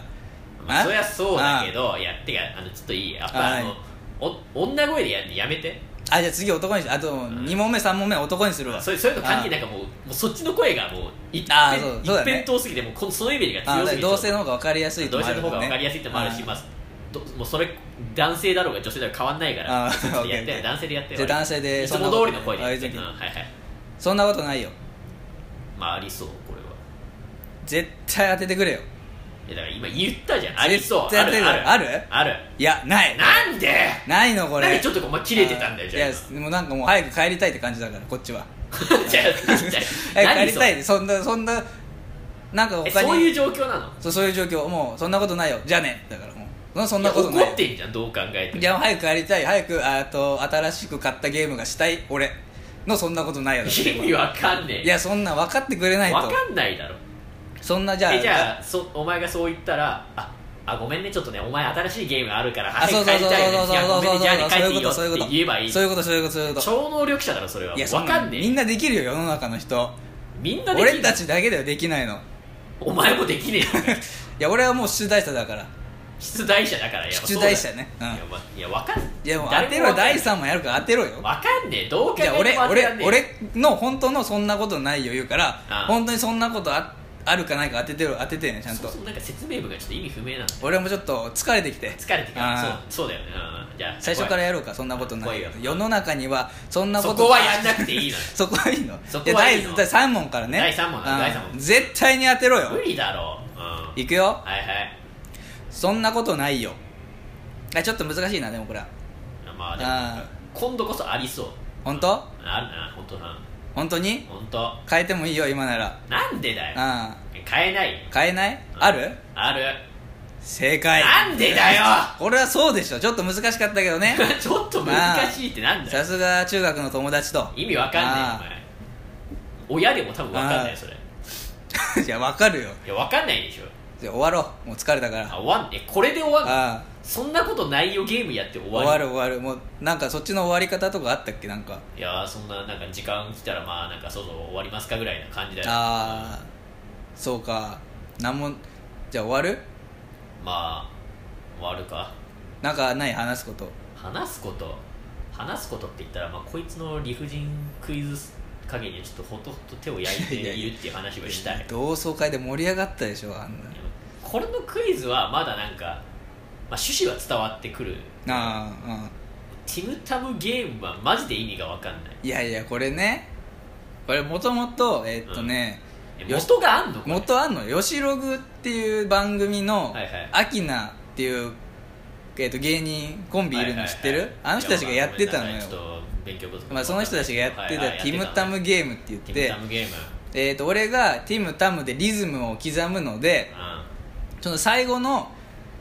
Speaker 2: まあ
Speaker 1: あ
Speaker 2: そりゃそうだけどいやってかあのちょっといいやっぱあの
Speaker 1: はい
Speaker 2: お女声でややめて
Speaker 1: あじゃあ次男にしあと2問目3問目男にするわ
Speaker 2: そうそういうの関係ないんかもうもうそっちの声がもう一
Speaker 1: あー
Speaker 2: 辺
Speaker 1: そうそうだ
Speaker 2: 一
Speaker 1: ね
Speaker 2: 辺倒すぎてもうこのそのイメージが
Speaker 1: あ
Speaker 2: 強
Speaker 1: だ
Speaker 2: す
Speaker 1: か
Speaker 2: ぎ
Speaker 1: ら
Speaker 2: て
Speaker 1: 同性の方が分かりやすいって
Speaker 2: 同
Speaker 1: もあ
Speaker 2: 性
Speaker 1: る
Speaker 2: の
Speaker 1: も
Speaker 2: 方
Speaker 1: ん
Speaker 2: が分かりやすいってのもあるし、まあ、どもうそれ男性だろうが女性だろうが変わんないから、
Speaker 1: あー
Speaker 2: ちょっとやっ
Speaker 1: オッケーオッケー
Speaker 2: て男性でやって
Speaker 1: じゃあ男性で
Speaker 2: いつ
Speaker 1: そんな
Speaker 2: も
Speaker 1: こと
Speaker 2: 通りの声でやって、
Speaker 1: あいつ
Speaker 2: うんはいはい
Speaker 1: そんなことないよ
Speaker 2: まあありそうこれは
Speaker 1: 絶対当ててくれよ
Speaker 2: いやだから今言ったじゃんありそう
Speaker 1: 絶対
Speaker 2: ある
Speaker 1: やってる
Speaker 2: ある
Speaker 1: ある
Speaker 2: ある
Speaker 1: いやない
Speaker 2: なんで
Speaker 1: ないのこれ
Speaker 2: なんでちょっとお前切れてたんだよじゃあ
Speaker 1: いやもうなんかもう早く帰りたいって感じだからこっちは
Speaker 2: <laughs> じゃあじゃ
Speaker 1: <laughs>
Speaker 2: あ
Speaker 1: え
Speaker 2: 何
Speaker 1: 帰りた
Speaker 2: それ
Speaker 1: いそんなそんななんか
Speaker 2: え
Speaker 1: 他に
Speaker 2: そういう状況なの
Speaker 1: そうそういう状況もうそんなことないよじゃあねだからもうそんなこと
Speaker 2: い
Speaker 1: な
Speaker 2: や
Speaker 1: い
Speaker 2: 怒ってんじゃんどう考えても
Speaker 1: じゃあ早く帰りたい早くあと新しく買ったゲームがしたい俺のそんなことないよだって
Speaker 2: 意味わかんねえ
Speaker 1: いやそんな分かってくれないと
Speaker 2: わかんないだろ
Speaker 1: そんなじゃあ
Speaker 2: えじゃあそお前がそう言ったらああごめんねちょっとねお前新しいゲームあるから
Speaker 1: あ
Speaker 2: 早
Speaker 1: そう
Speaker 2: く
Speaker 1: そ
Speaker 2: 帰
Speaker 1: う
Speaker 2: り
Speaker 1: そうそう
Speaker 2: た
Speaker 1: そ
Speaker 2: いよ
Speaker 1: う
Speaker 2: ねいやごめんねじゃあね帰っていいよっ
Speaker 1: そういうこと
Speaker 2: て言えばいい
Speaker 1: そういうことそういうことそういうことそういうこ
Speaker 2: 超能力者だろそれは
Speaker 1: といやそ
Speaker 2: わ
Speaker 1: んな
Speaker 2: かんねえ
Speaker 1: みんなできるよ世の中の人
Speaker 2: みんなできる
Speaker 1: 俺たちだけだよできないの
Speaker 2: お前もできねえよ
Speaker 1: いや俺はもう出題者だから
Speaker 2: 出題者だからやっぱ
Speaker 1: 出題者ね
Speaker 2: そうだよいやまいやわかん
Speaker 1: いやもう
Speaker 2: 誰
Speaker 1: 当てろ
Speaker 2: わかん
Speaker 1: 第3問やるから当てろよ
Speaker 2: わかんねえどう考
Speaker 1: じ
Speaker 2: え
Speaker 1: ゃあ
Speaker 2: ても
Speaker 1: 俺
Speaker 2: 当てらんね
Speaker 1: 俺
Speaker 2: え
Speaker 1: 俺の本当のそんなことないよ言うから
Speaker 2: ああ
Speaker 1: 本当にそんなことああるかないか当ててる当ててねちゃん
Speaker 2: そ
Speaker 1: と
Speaker 2: もそもなんか説明文がちょっと意味不明なの
Speaker 1: 俺もちょっと疲れてきて
Speaker 2: 疲れてきた
Speaker 1: あ
Speaker 2: そ
Speaker 1: あ
Speaker 2: うそうだよねうんうんじゃあ
Speaker 1: 最初からやろうかそんなことな
Speaker 2: 怖
Speaker 1: い
Speaker 2: いよ
Speaker 1: 世の中にはそんなこと
Speaker 2: そこはやんなくていいのよ
Speaker 1: そこはいいの
Speaker 2: そこはいいの
Speaker 1: や第3問からね
Speaker 2: 第三問だ
Speaker 1: うん
Speaker 2: 第三問
Speaker 1: 絶対に当てろよ
Speaker 2: 無理だろう、うん、はい
Speaker 1: いくよ
Speaker 2: はい
Speaker 1: そんなことないよあちょっと難しいなでもこれは
Speaker 2: まあでも
Speaker 1: ああ
Speaker 2: 今度こそありそう
Speaker 1: 本当
Speaker 2: あるな本当な
Speaker 1: 本当に
Speaker 2: 本当
Speaker 1: 変えてもいいよ今なら
Speaker 2: なんでだよ
Speaker 1: あ
Speaker 2: 変えないよ
Speaker 1: 変えないある
Speaker 2: ある、
Speaker 1: 正解
Speaker 2: なんでだよ
Speaker 1: これはそうでしょちょっと難しかったけどね
Speaker 2: <laughs> ちょっと難しいってなんだよ
Speaker 1: さすが中学の友達と <laughs>
Speaker 2: 意味わかんないよお前親でも多分わかんな
Speaker 1: あ
Speaker 2: いそれい
Speaker 1: いやわかるよ
Speaker 2: やわかんないでしょ
Speaker 1: じゃあ終わろうもう疲れたから
Speaker 2: あ終わんえこれで終わんの
Speaker 1: ああ
Speaker 2: そんなことないよゲームやって終
Speaker 1: 終
Speaker 2: わり
Speaker 1: わる終わるもうなんかそっちの終わり方とかあったっけなんか
Speaker 2: いやーそんななんか時間来たらまあなんかそうそう終わりますかぐらいな感じだよ
Speaker 1: ああそうかなんもじゃあ終わる
Speaker 2: まあ終わるか
Speaker 1: なんかない話すこと
Speaker 2: 話すこと話すことって言ったら、まあ、こいつの理不尽クイズ加減にちょっとほとほと手を焼いて
Speaker 1: いやいや
Speaker 2: いるっていう話をした
Speaker 1: <laughs>
Speaker 2: い
Speaker 1: 同窓会で盛り上がったでしょあんな
Speaker 2: これのクイズはまだなんか、まあ、趣旨は伝わってくる
Speaker 1: ああうん
Speaker 2: ティムタムゲームはマジで意味が分かんない
Speaker 1: いやいやこれねこれもともとえーっとね、
Speaker 2: え
Speaker 1: よし
Speaker 2: 元があんのこれ
Speaker 1: 元あんのよしログっていう番組の
Speaker 2: はいはい
Speaker 1: アキナっていう、えー、と芸人コンビいるの知ってる、
Speaker 2: はいはいはい
Speaker 1: あの人たちがやってたのよ
Speaker 2: いやごめんなさいちょっと勉強不足
Speaker 1: まあ、その人たちがやってた「
Speaker 2: は
Speaker 1: テ
Speaker 2: いはい
Speaker 1: ィムタム
Speaker 2: やっ
Speaker 1: ゲーム」って言ってて
Speaker 2: たティムタムゲーム
Speaker 1: えー、と俺が「ティムタム」でリズムを刻むので
Speaker 2: あ
Speaker 1: その最後の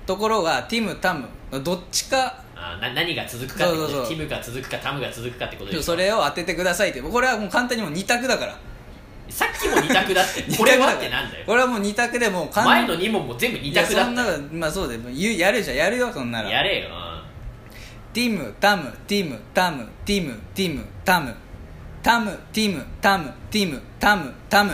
Speaker 1: ところが「ティムタム」のどっちか
Speaker 2: あな何が続くかってこ
Speaker 1: そう
Speaker 2: と
Speaker 1: そうそう
Speaker 2: ティムが続くかタムが続くかってことです
Speaker 1: それを当ててくださいってこれはもう簡単にもう2択だから
Speaker 2: さっきも二択だって
Speaker 1: <laughs> 二
Speaker 2: <laughs> こ
Speaker 1: 択だ
Speaker 2: れ
Speaker 1: から
Speaker 2: はってなんだよ
Speaker 1: これはもう2択でもう簡
Speaker 2: 前の2問も全部2
Speaker 1: いや
Speaker 2: 択だ
Speaker 1: そ
Speaker 2: っ
Speaker 1: んなの
Speaker 2: た
Speaker 1: まあそうだよ言うやるじゃんやるよそんなら
Speaker 2: やれよ
Speaker 1: ティムタムティムタムティムティムタムタムティムタムティムタムタム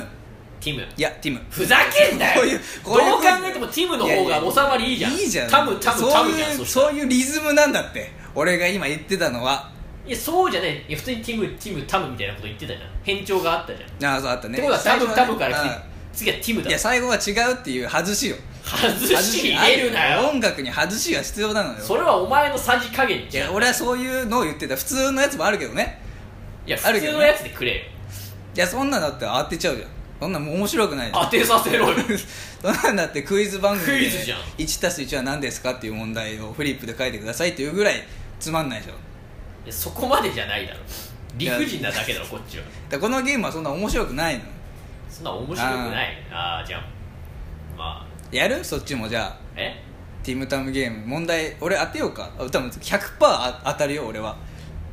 Speaker 2: ティム
Speaker 1: いやティム
Speaker 2: ふざけんなよ
Speaker 1: こういう
Speaker 2: ど
Speaker 1: こ
Speaker 2: う
Speaker 1: ういう
Speaker 2: 考えてもティムの方が収まりいいじゃん
Speaker 1: いいじゃん
Speaker 2: タムタムタムじゃん
Speaker 1: そういう
Speaker 2: したら
Speaker 1: そういうリズムなんだって俺が今言ってたのはい
Speaker 2: やそうじゃないいや普通にティムティムタムみたいなこと言ってたじゃん変調があったじゃん、
Speaker 1: ああそうあったね
Speaker 2: ってことはタ
Speaker 1: 最
Speaker 2: ム
Speaker 1: 初はね
Speaker 2: タムから来て
Speaker 1: う
Speaker 2: 次はティム
Speaker 1: んい
Speaker 2: だ
Speaker 1: や最後は違うっていう外しよ
Speaker 2: 外し入れるな
Speaker 1: あ
Speaker 2: よ
Speaker 1: 音楽に外しが必要なのよ
Speaker 2: それはお前のさじ加減
Speaker 1: い
Speaker 2: じゃん
Speaker 1: や俺はそういうのを言ってた普通のやつもあるけどね
Speaker 2: いや
Speaker 1: あ
Speaker 2: 普
Speaker 1: るけ
Speaker 2: 通
Speaker 1: ど
Speaker 2: の
Speaker 1: ね
Speaker 2: やつでくれよ
Speaker 1: いやそんなのだって当てちゃうじゃんそんなもう面白くないじゃん
Speaker 2: 当てさせろよ
Speaker 1: <laughs>
Speaker 2: <laughs>
Speaker 1: そんなんだってクイズ番組で
Speaker 2: クイズじゃん
Speaker 1: 1+1 は何ですかっていう問題をフリップで書いてくださいっていうぐらいつまんないでしょだか
Speaker 2: いやそこまでじゃないだろ理不尽なだけだろこっちは
Speaker 1: らこのゲームはそんな面白くないの
Speaker 2: そんな面白くないああーじゃあまあ
Speaker 1: やるそっちもじゃあ
Speaker 2: え
Speaker 1: ティムタムゲーム問題俺当てようかあ多分100%あ当たるよ俺は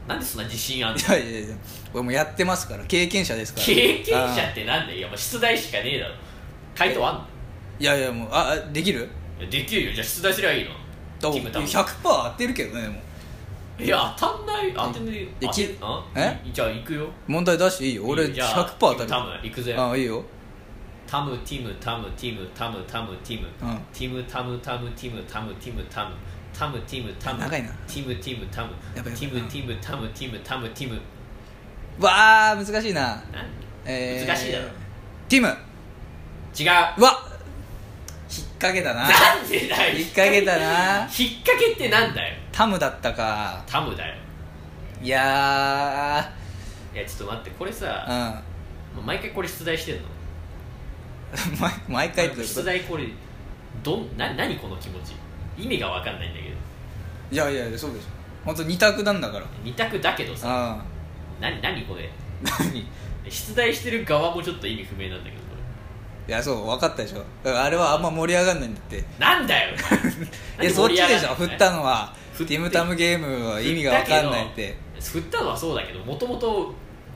Speaker 2: なんでそんな自信あんの
Speaker 1: いやいやいや俺もやってますから経験者ですから
Speaker 2: 経験者
Speaker 1: あ
Speaker 2: ってなんだよいやもう出題しかねえだろ回答あんの
Speaker 1: いやいやもうああできる
Speaker 2: いやできるよじゃあ出題すりゃいいの
Speaker 1: どう
Speaker 2: キムタム
Speaker 1: 100%当てるけどねでも
Speaker 2: いや当たんない当てね
Speaker 1: いや
Speaker 2: 当て
Speaker 1: き
Speaker 2: あ
Speaker 1: え
Speaker 2: いじゃあ行くよ
Speaker 1: 問題出していいよ俺
Speaker 2: いいじゃあ
Speaker 1: 100%当たる
Speaker 2: タム行くぜ
Speaker 1: ああいいよ
Speaker 2: タムティムタムティムタムタムティム
Speaker 1: うん
Speaker 2: ティムタムタムティムタムティムタムタムティムタム
Speaker 1: 長いな
Speaker 2: ティムティムタムテ
Speaker 1: やばいやばい
Speaker 2: ィムティムタムティムタムティム
Speaker 1: わあ難しいな、
Speaker 2: なん
Speaker 1: えー
Speaker 2: 難しいだろ
Speaker 1: ティム
Speaker 2: 違うな
Speaker 1: うわ引っ掛けたな
Speaker 2: んでだよ
Speaker 1: 引っ掛けたな
Speaker 2: 引っ掛けってなんだよ
Speaker 1: タムだったか
Speaker 2: タムだよ
Speaker 1: いや
Speaker 2: いやちょっと待ってこれさ
Speaker 1: ー
Speaker 2: もう毎回これ出題してんの
Speaker 1: うん <laughs> 毎毎回ってこと
Speaker 2: 出題これどんな何この気持ち意味が分かんないんだけど
Speaker 1: いやいやいやそうでしょ本当二択なんだから
Speaker 2: 二択だけどさ
Speaker 1: あ
Speaker 2: 何何これ
Speaker 1: 何 <laughs>
Speaker 2: 出題してる側もちょっと意味不明なんだけどこ
Speaker 1: いやそう分かったでしょだからあれはあんま盛り上がんないんだって
Speaker 2: れなん
Speaker 1: <laughs>
Speaker 2: だよお
Speaker 1: い
Speaker 2: 前
Speaker 1: やそっちでしょ振った
Speaker 2: の
Speaker 1: のは
Speaker 2: 振
Speaker 1: テ
Speaker 2: って
Speaker 1: ィムタムゲームは意味が分かんないって
Speaker 2: 振ったのはそうだけどもともと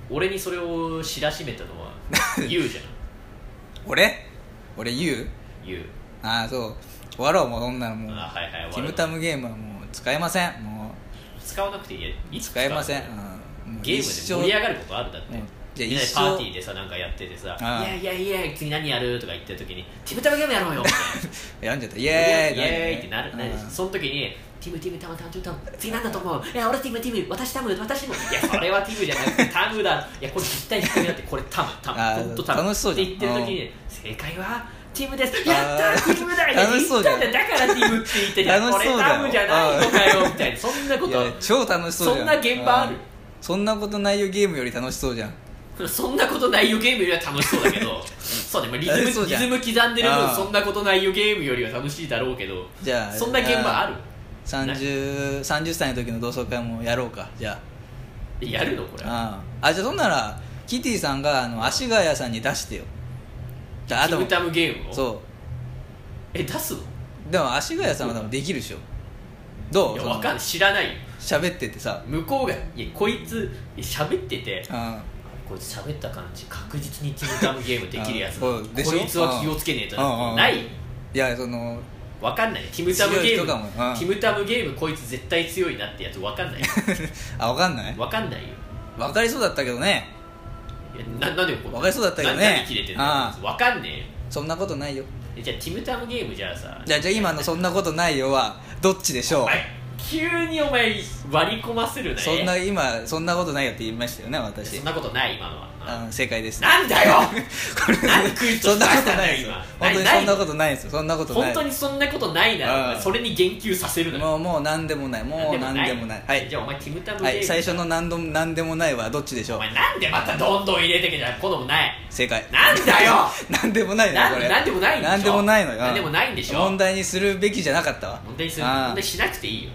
Speaker 2: 俺にそれを知らしめたの
Speaker 1: <laughs>
Speaker 2: は言うじゃん
Speaker 1: 俺俺言う
Speaker 2: 言う
Speaker 1: ああそう終わろうもうそんなのもう
Speaker 2: あはいはい
Speaker 1: ティムタムゲームはもう使えませんも
Speaker 2: 使わなくていいやいうつ
Speaker 1: 使えません、
Speaker 2: 使うの
Speaker 1: うん、もう
Speaker 2: ゲームで
Speaker 1: 一生
Speaker 2: 盛り上がることあるだって、
Speaker 1: うんじゃあ
Speaker 2: みんなで
Speaker 1: 一
Speaker 2: パ
Speaker 1: 生
Speaker 2: ーティーでさなんかやっててさ「
Speaker 1: ああ
Speaker 2: いやいやいや次何やる?」とか言った時に「ティムタムゲームやろうよ」みたいな
Speaker 1: <laughs> やんじゃったイ
Speaker 2: イ
Speaker 1: エーイ
Speaker 2: エーイってなる、なる
Speaker 1: うん
Speaker 2: その時にティムティムタムタムタムタム次なんだと思ういや俺ティムティム私タム私タムいやそれはティムじゃなくてタムだいやこれ絶対低めだってこれタムタム
Speaker 1: あー
Speaker 2: ほんとタム
Speaker 1: 楽しそうじゃん
Speaker 2: って言ってる時に正解はティムですやった
Speaker 1: あ
Speaker 2: ー
Speaker 1: ー
Speaker 2: ティムだいや
Speaker 1: 楽しそうじゃん
Speaker 2: 言ったんだだからティムって言ってたこ
Speaker 1: 楽し
Speaker 2: れ
Speaker 1: そうだよ
Speaker 2: タムじゃないのかよみたいなそんなこ
Speaker 1: い
Speaker 2: とあ
Speaker 1: や超楽しそうじゃん
Speaker 2: そんな現場ある
Speaker 1: うんそんなことないよゲームより楽しそうじゃん
Speaker 2: るそんなことないよゲームよりは楽しそうだ
Speaker 1: <laughs>
Speaker 2: けどそうね、まあ、リズム
Speaker 1: そうじ
Speaker 2: リ
Speaker 1: ゃん
Speaker 2: ズム刻んでる
Speaker 1: あ
Speaker 2: 分
Speaker 1: ー
Speaker 2: そんなことないよゲームよりは楽しいだろうけど
Speaker 1: じゃあ
Speaker 2: そんな現場ある
Speaker 1: 30, 30歳の時の同窓会もやろうかじゃ
Speaker 2: やるのこれ
Speaker 1: あうんあじゃあそんならキティさんがあの足ヶ谷さんに出してよだあ
Speaker 2: テ
Speaker 1: で
Speaker 2: ィ
Speaker 1: も
Speaker 2: ムタムゲームを
Speaker 1: そ
Speaker 2: え出すの
Speaker 1: うでも足ヶ谷さんは多分できるでしょど
Speaker 2: いうや
Speaker 1: その
Speaker 2: わかんない知らないよ
Speaker 1: 喋っててさ
Speaker 2: 向こうがいやこいついや喋ってて
Speaker 1: うん
Speaker 2: こいつ喋った感じ確実にティムタムゲームできるやつだ
Speaker 1: あそうでし
Speaker 2: こ
Speaker 1: ょ
Speaker 2: いつは気をつけねえと
Speaker 1: うんうんうん
Speaker 2: ない
Speaker 1: いやその <laughs>
Speaker 2: わかんないティムタムゲー
Speaker 1: 強い人
Speaker 2: ム
Speaker 1: かもうん
Speaker 2: ティムタムゲームこいつ絶対強いなってやつわか
Speaker 1: <laughs>
Speaker 2: んない
Speaker 1: あわかんない
Speaker 2: わかんないよ
Speaker 1: わかりそうだったけどね
Speaker 2: いやななんでこ
Speaker 1: わかりそうだったけどね
Speaker 2: な何切れてんの
Speaker 1: ああ
Speaker 2: わかんねえよ
Speaker 1: そんなことないよ
Speaker 2: えじゃあティムタムゲームじゃあさ
Speaker 1: じゃあじゃあ今の「そんなことないよ」はどっちでしょう
Speaker 2: お前急にお前割り込ませるな
Speaker 1: そん
Speaker 2: え
Speaker 1: な今そんなことないよって言いましたよね私
Speaker 2: そんなことない今のはうん
Speaker 1: うん正解です <laughs>
Speaker 2: なんだよ何クイズ
Speaker 1: そんなことないです
Speaker 2: 出
Speaker 1: よ
Speaker 2: した
Speaker 1: 本当にそんな
Speaker 2: んだよ
Speaker 1: ことないですよそんなことな
Speaker 2: 本
Speaker 1: い
Speaker 2: 当にそんなことないなら
Speaker 1: うん
Speaker 2: それに言及させるのよ
Speaker 1: もうもう何でもないもう何でもないはい
Speaker 2: じゃあお前ティムタムゲー
Speaker 1: は
Speaker 2: ム、
Speaker 1: い最初の何度も何でもないはどっちでし
Speaker 2: お
Speaker 1: ょう
Speaker 2: 前なんでまたどんどん入れてけじゃんこのもない
Speaker 1: 正解
Speaker 2: なんだよ
Speaker 1: <laughs> 何でもないのよ
Speaker 2: な
Speaker 1: こ
Speaker 2: ん
Speaker 1: れ
Speaker 2: なんでもない
Speaker 1: 何
Speaker 2: んでしょ
Speaker 1: でもないのよ
Speaker 2: なんでもないんでしょ
Speaker 1: 問題にするべきじゃなかったわ
Speaker 2: 問題にする
Speaker 1: ああ
Speaker 2: 問題しなくていいよ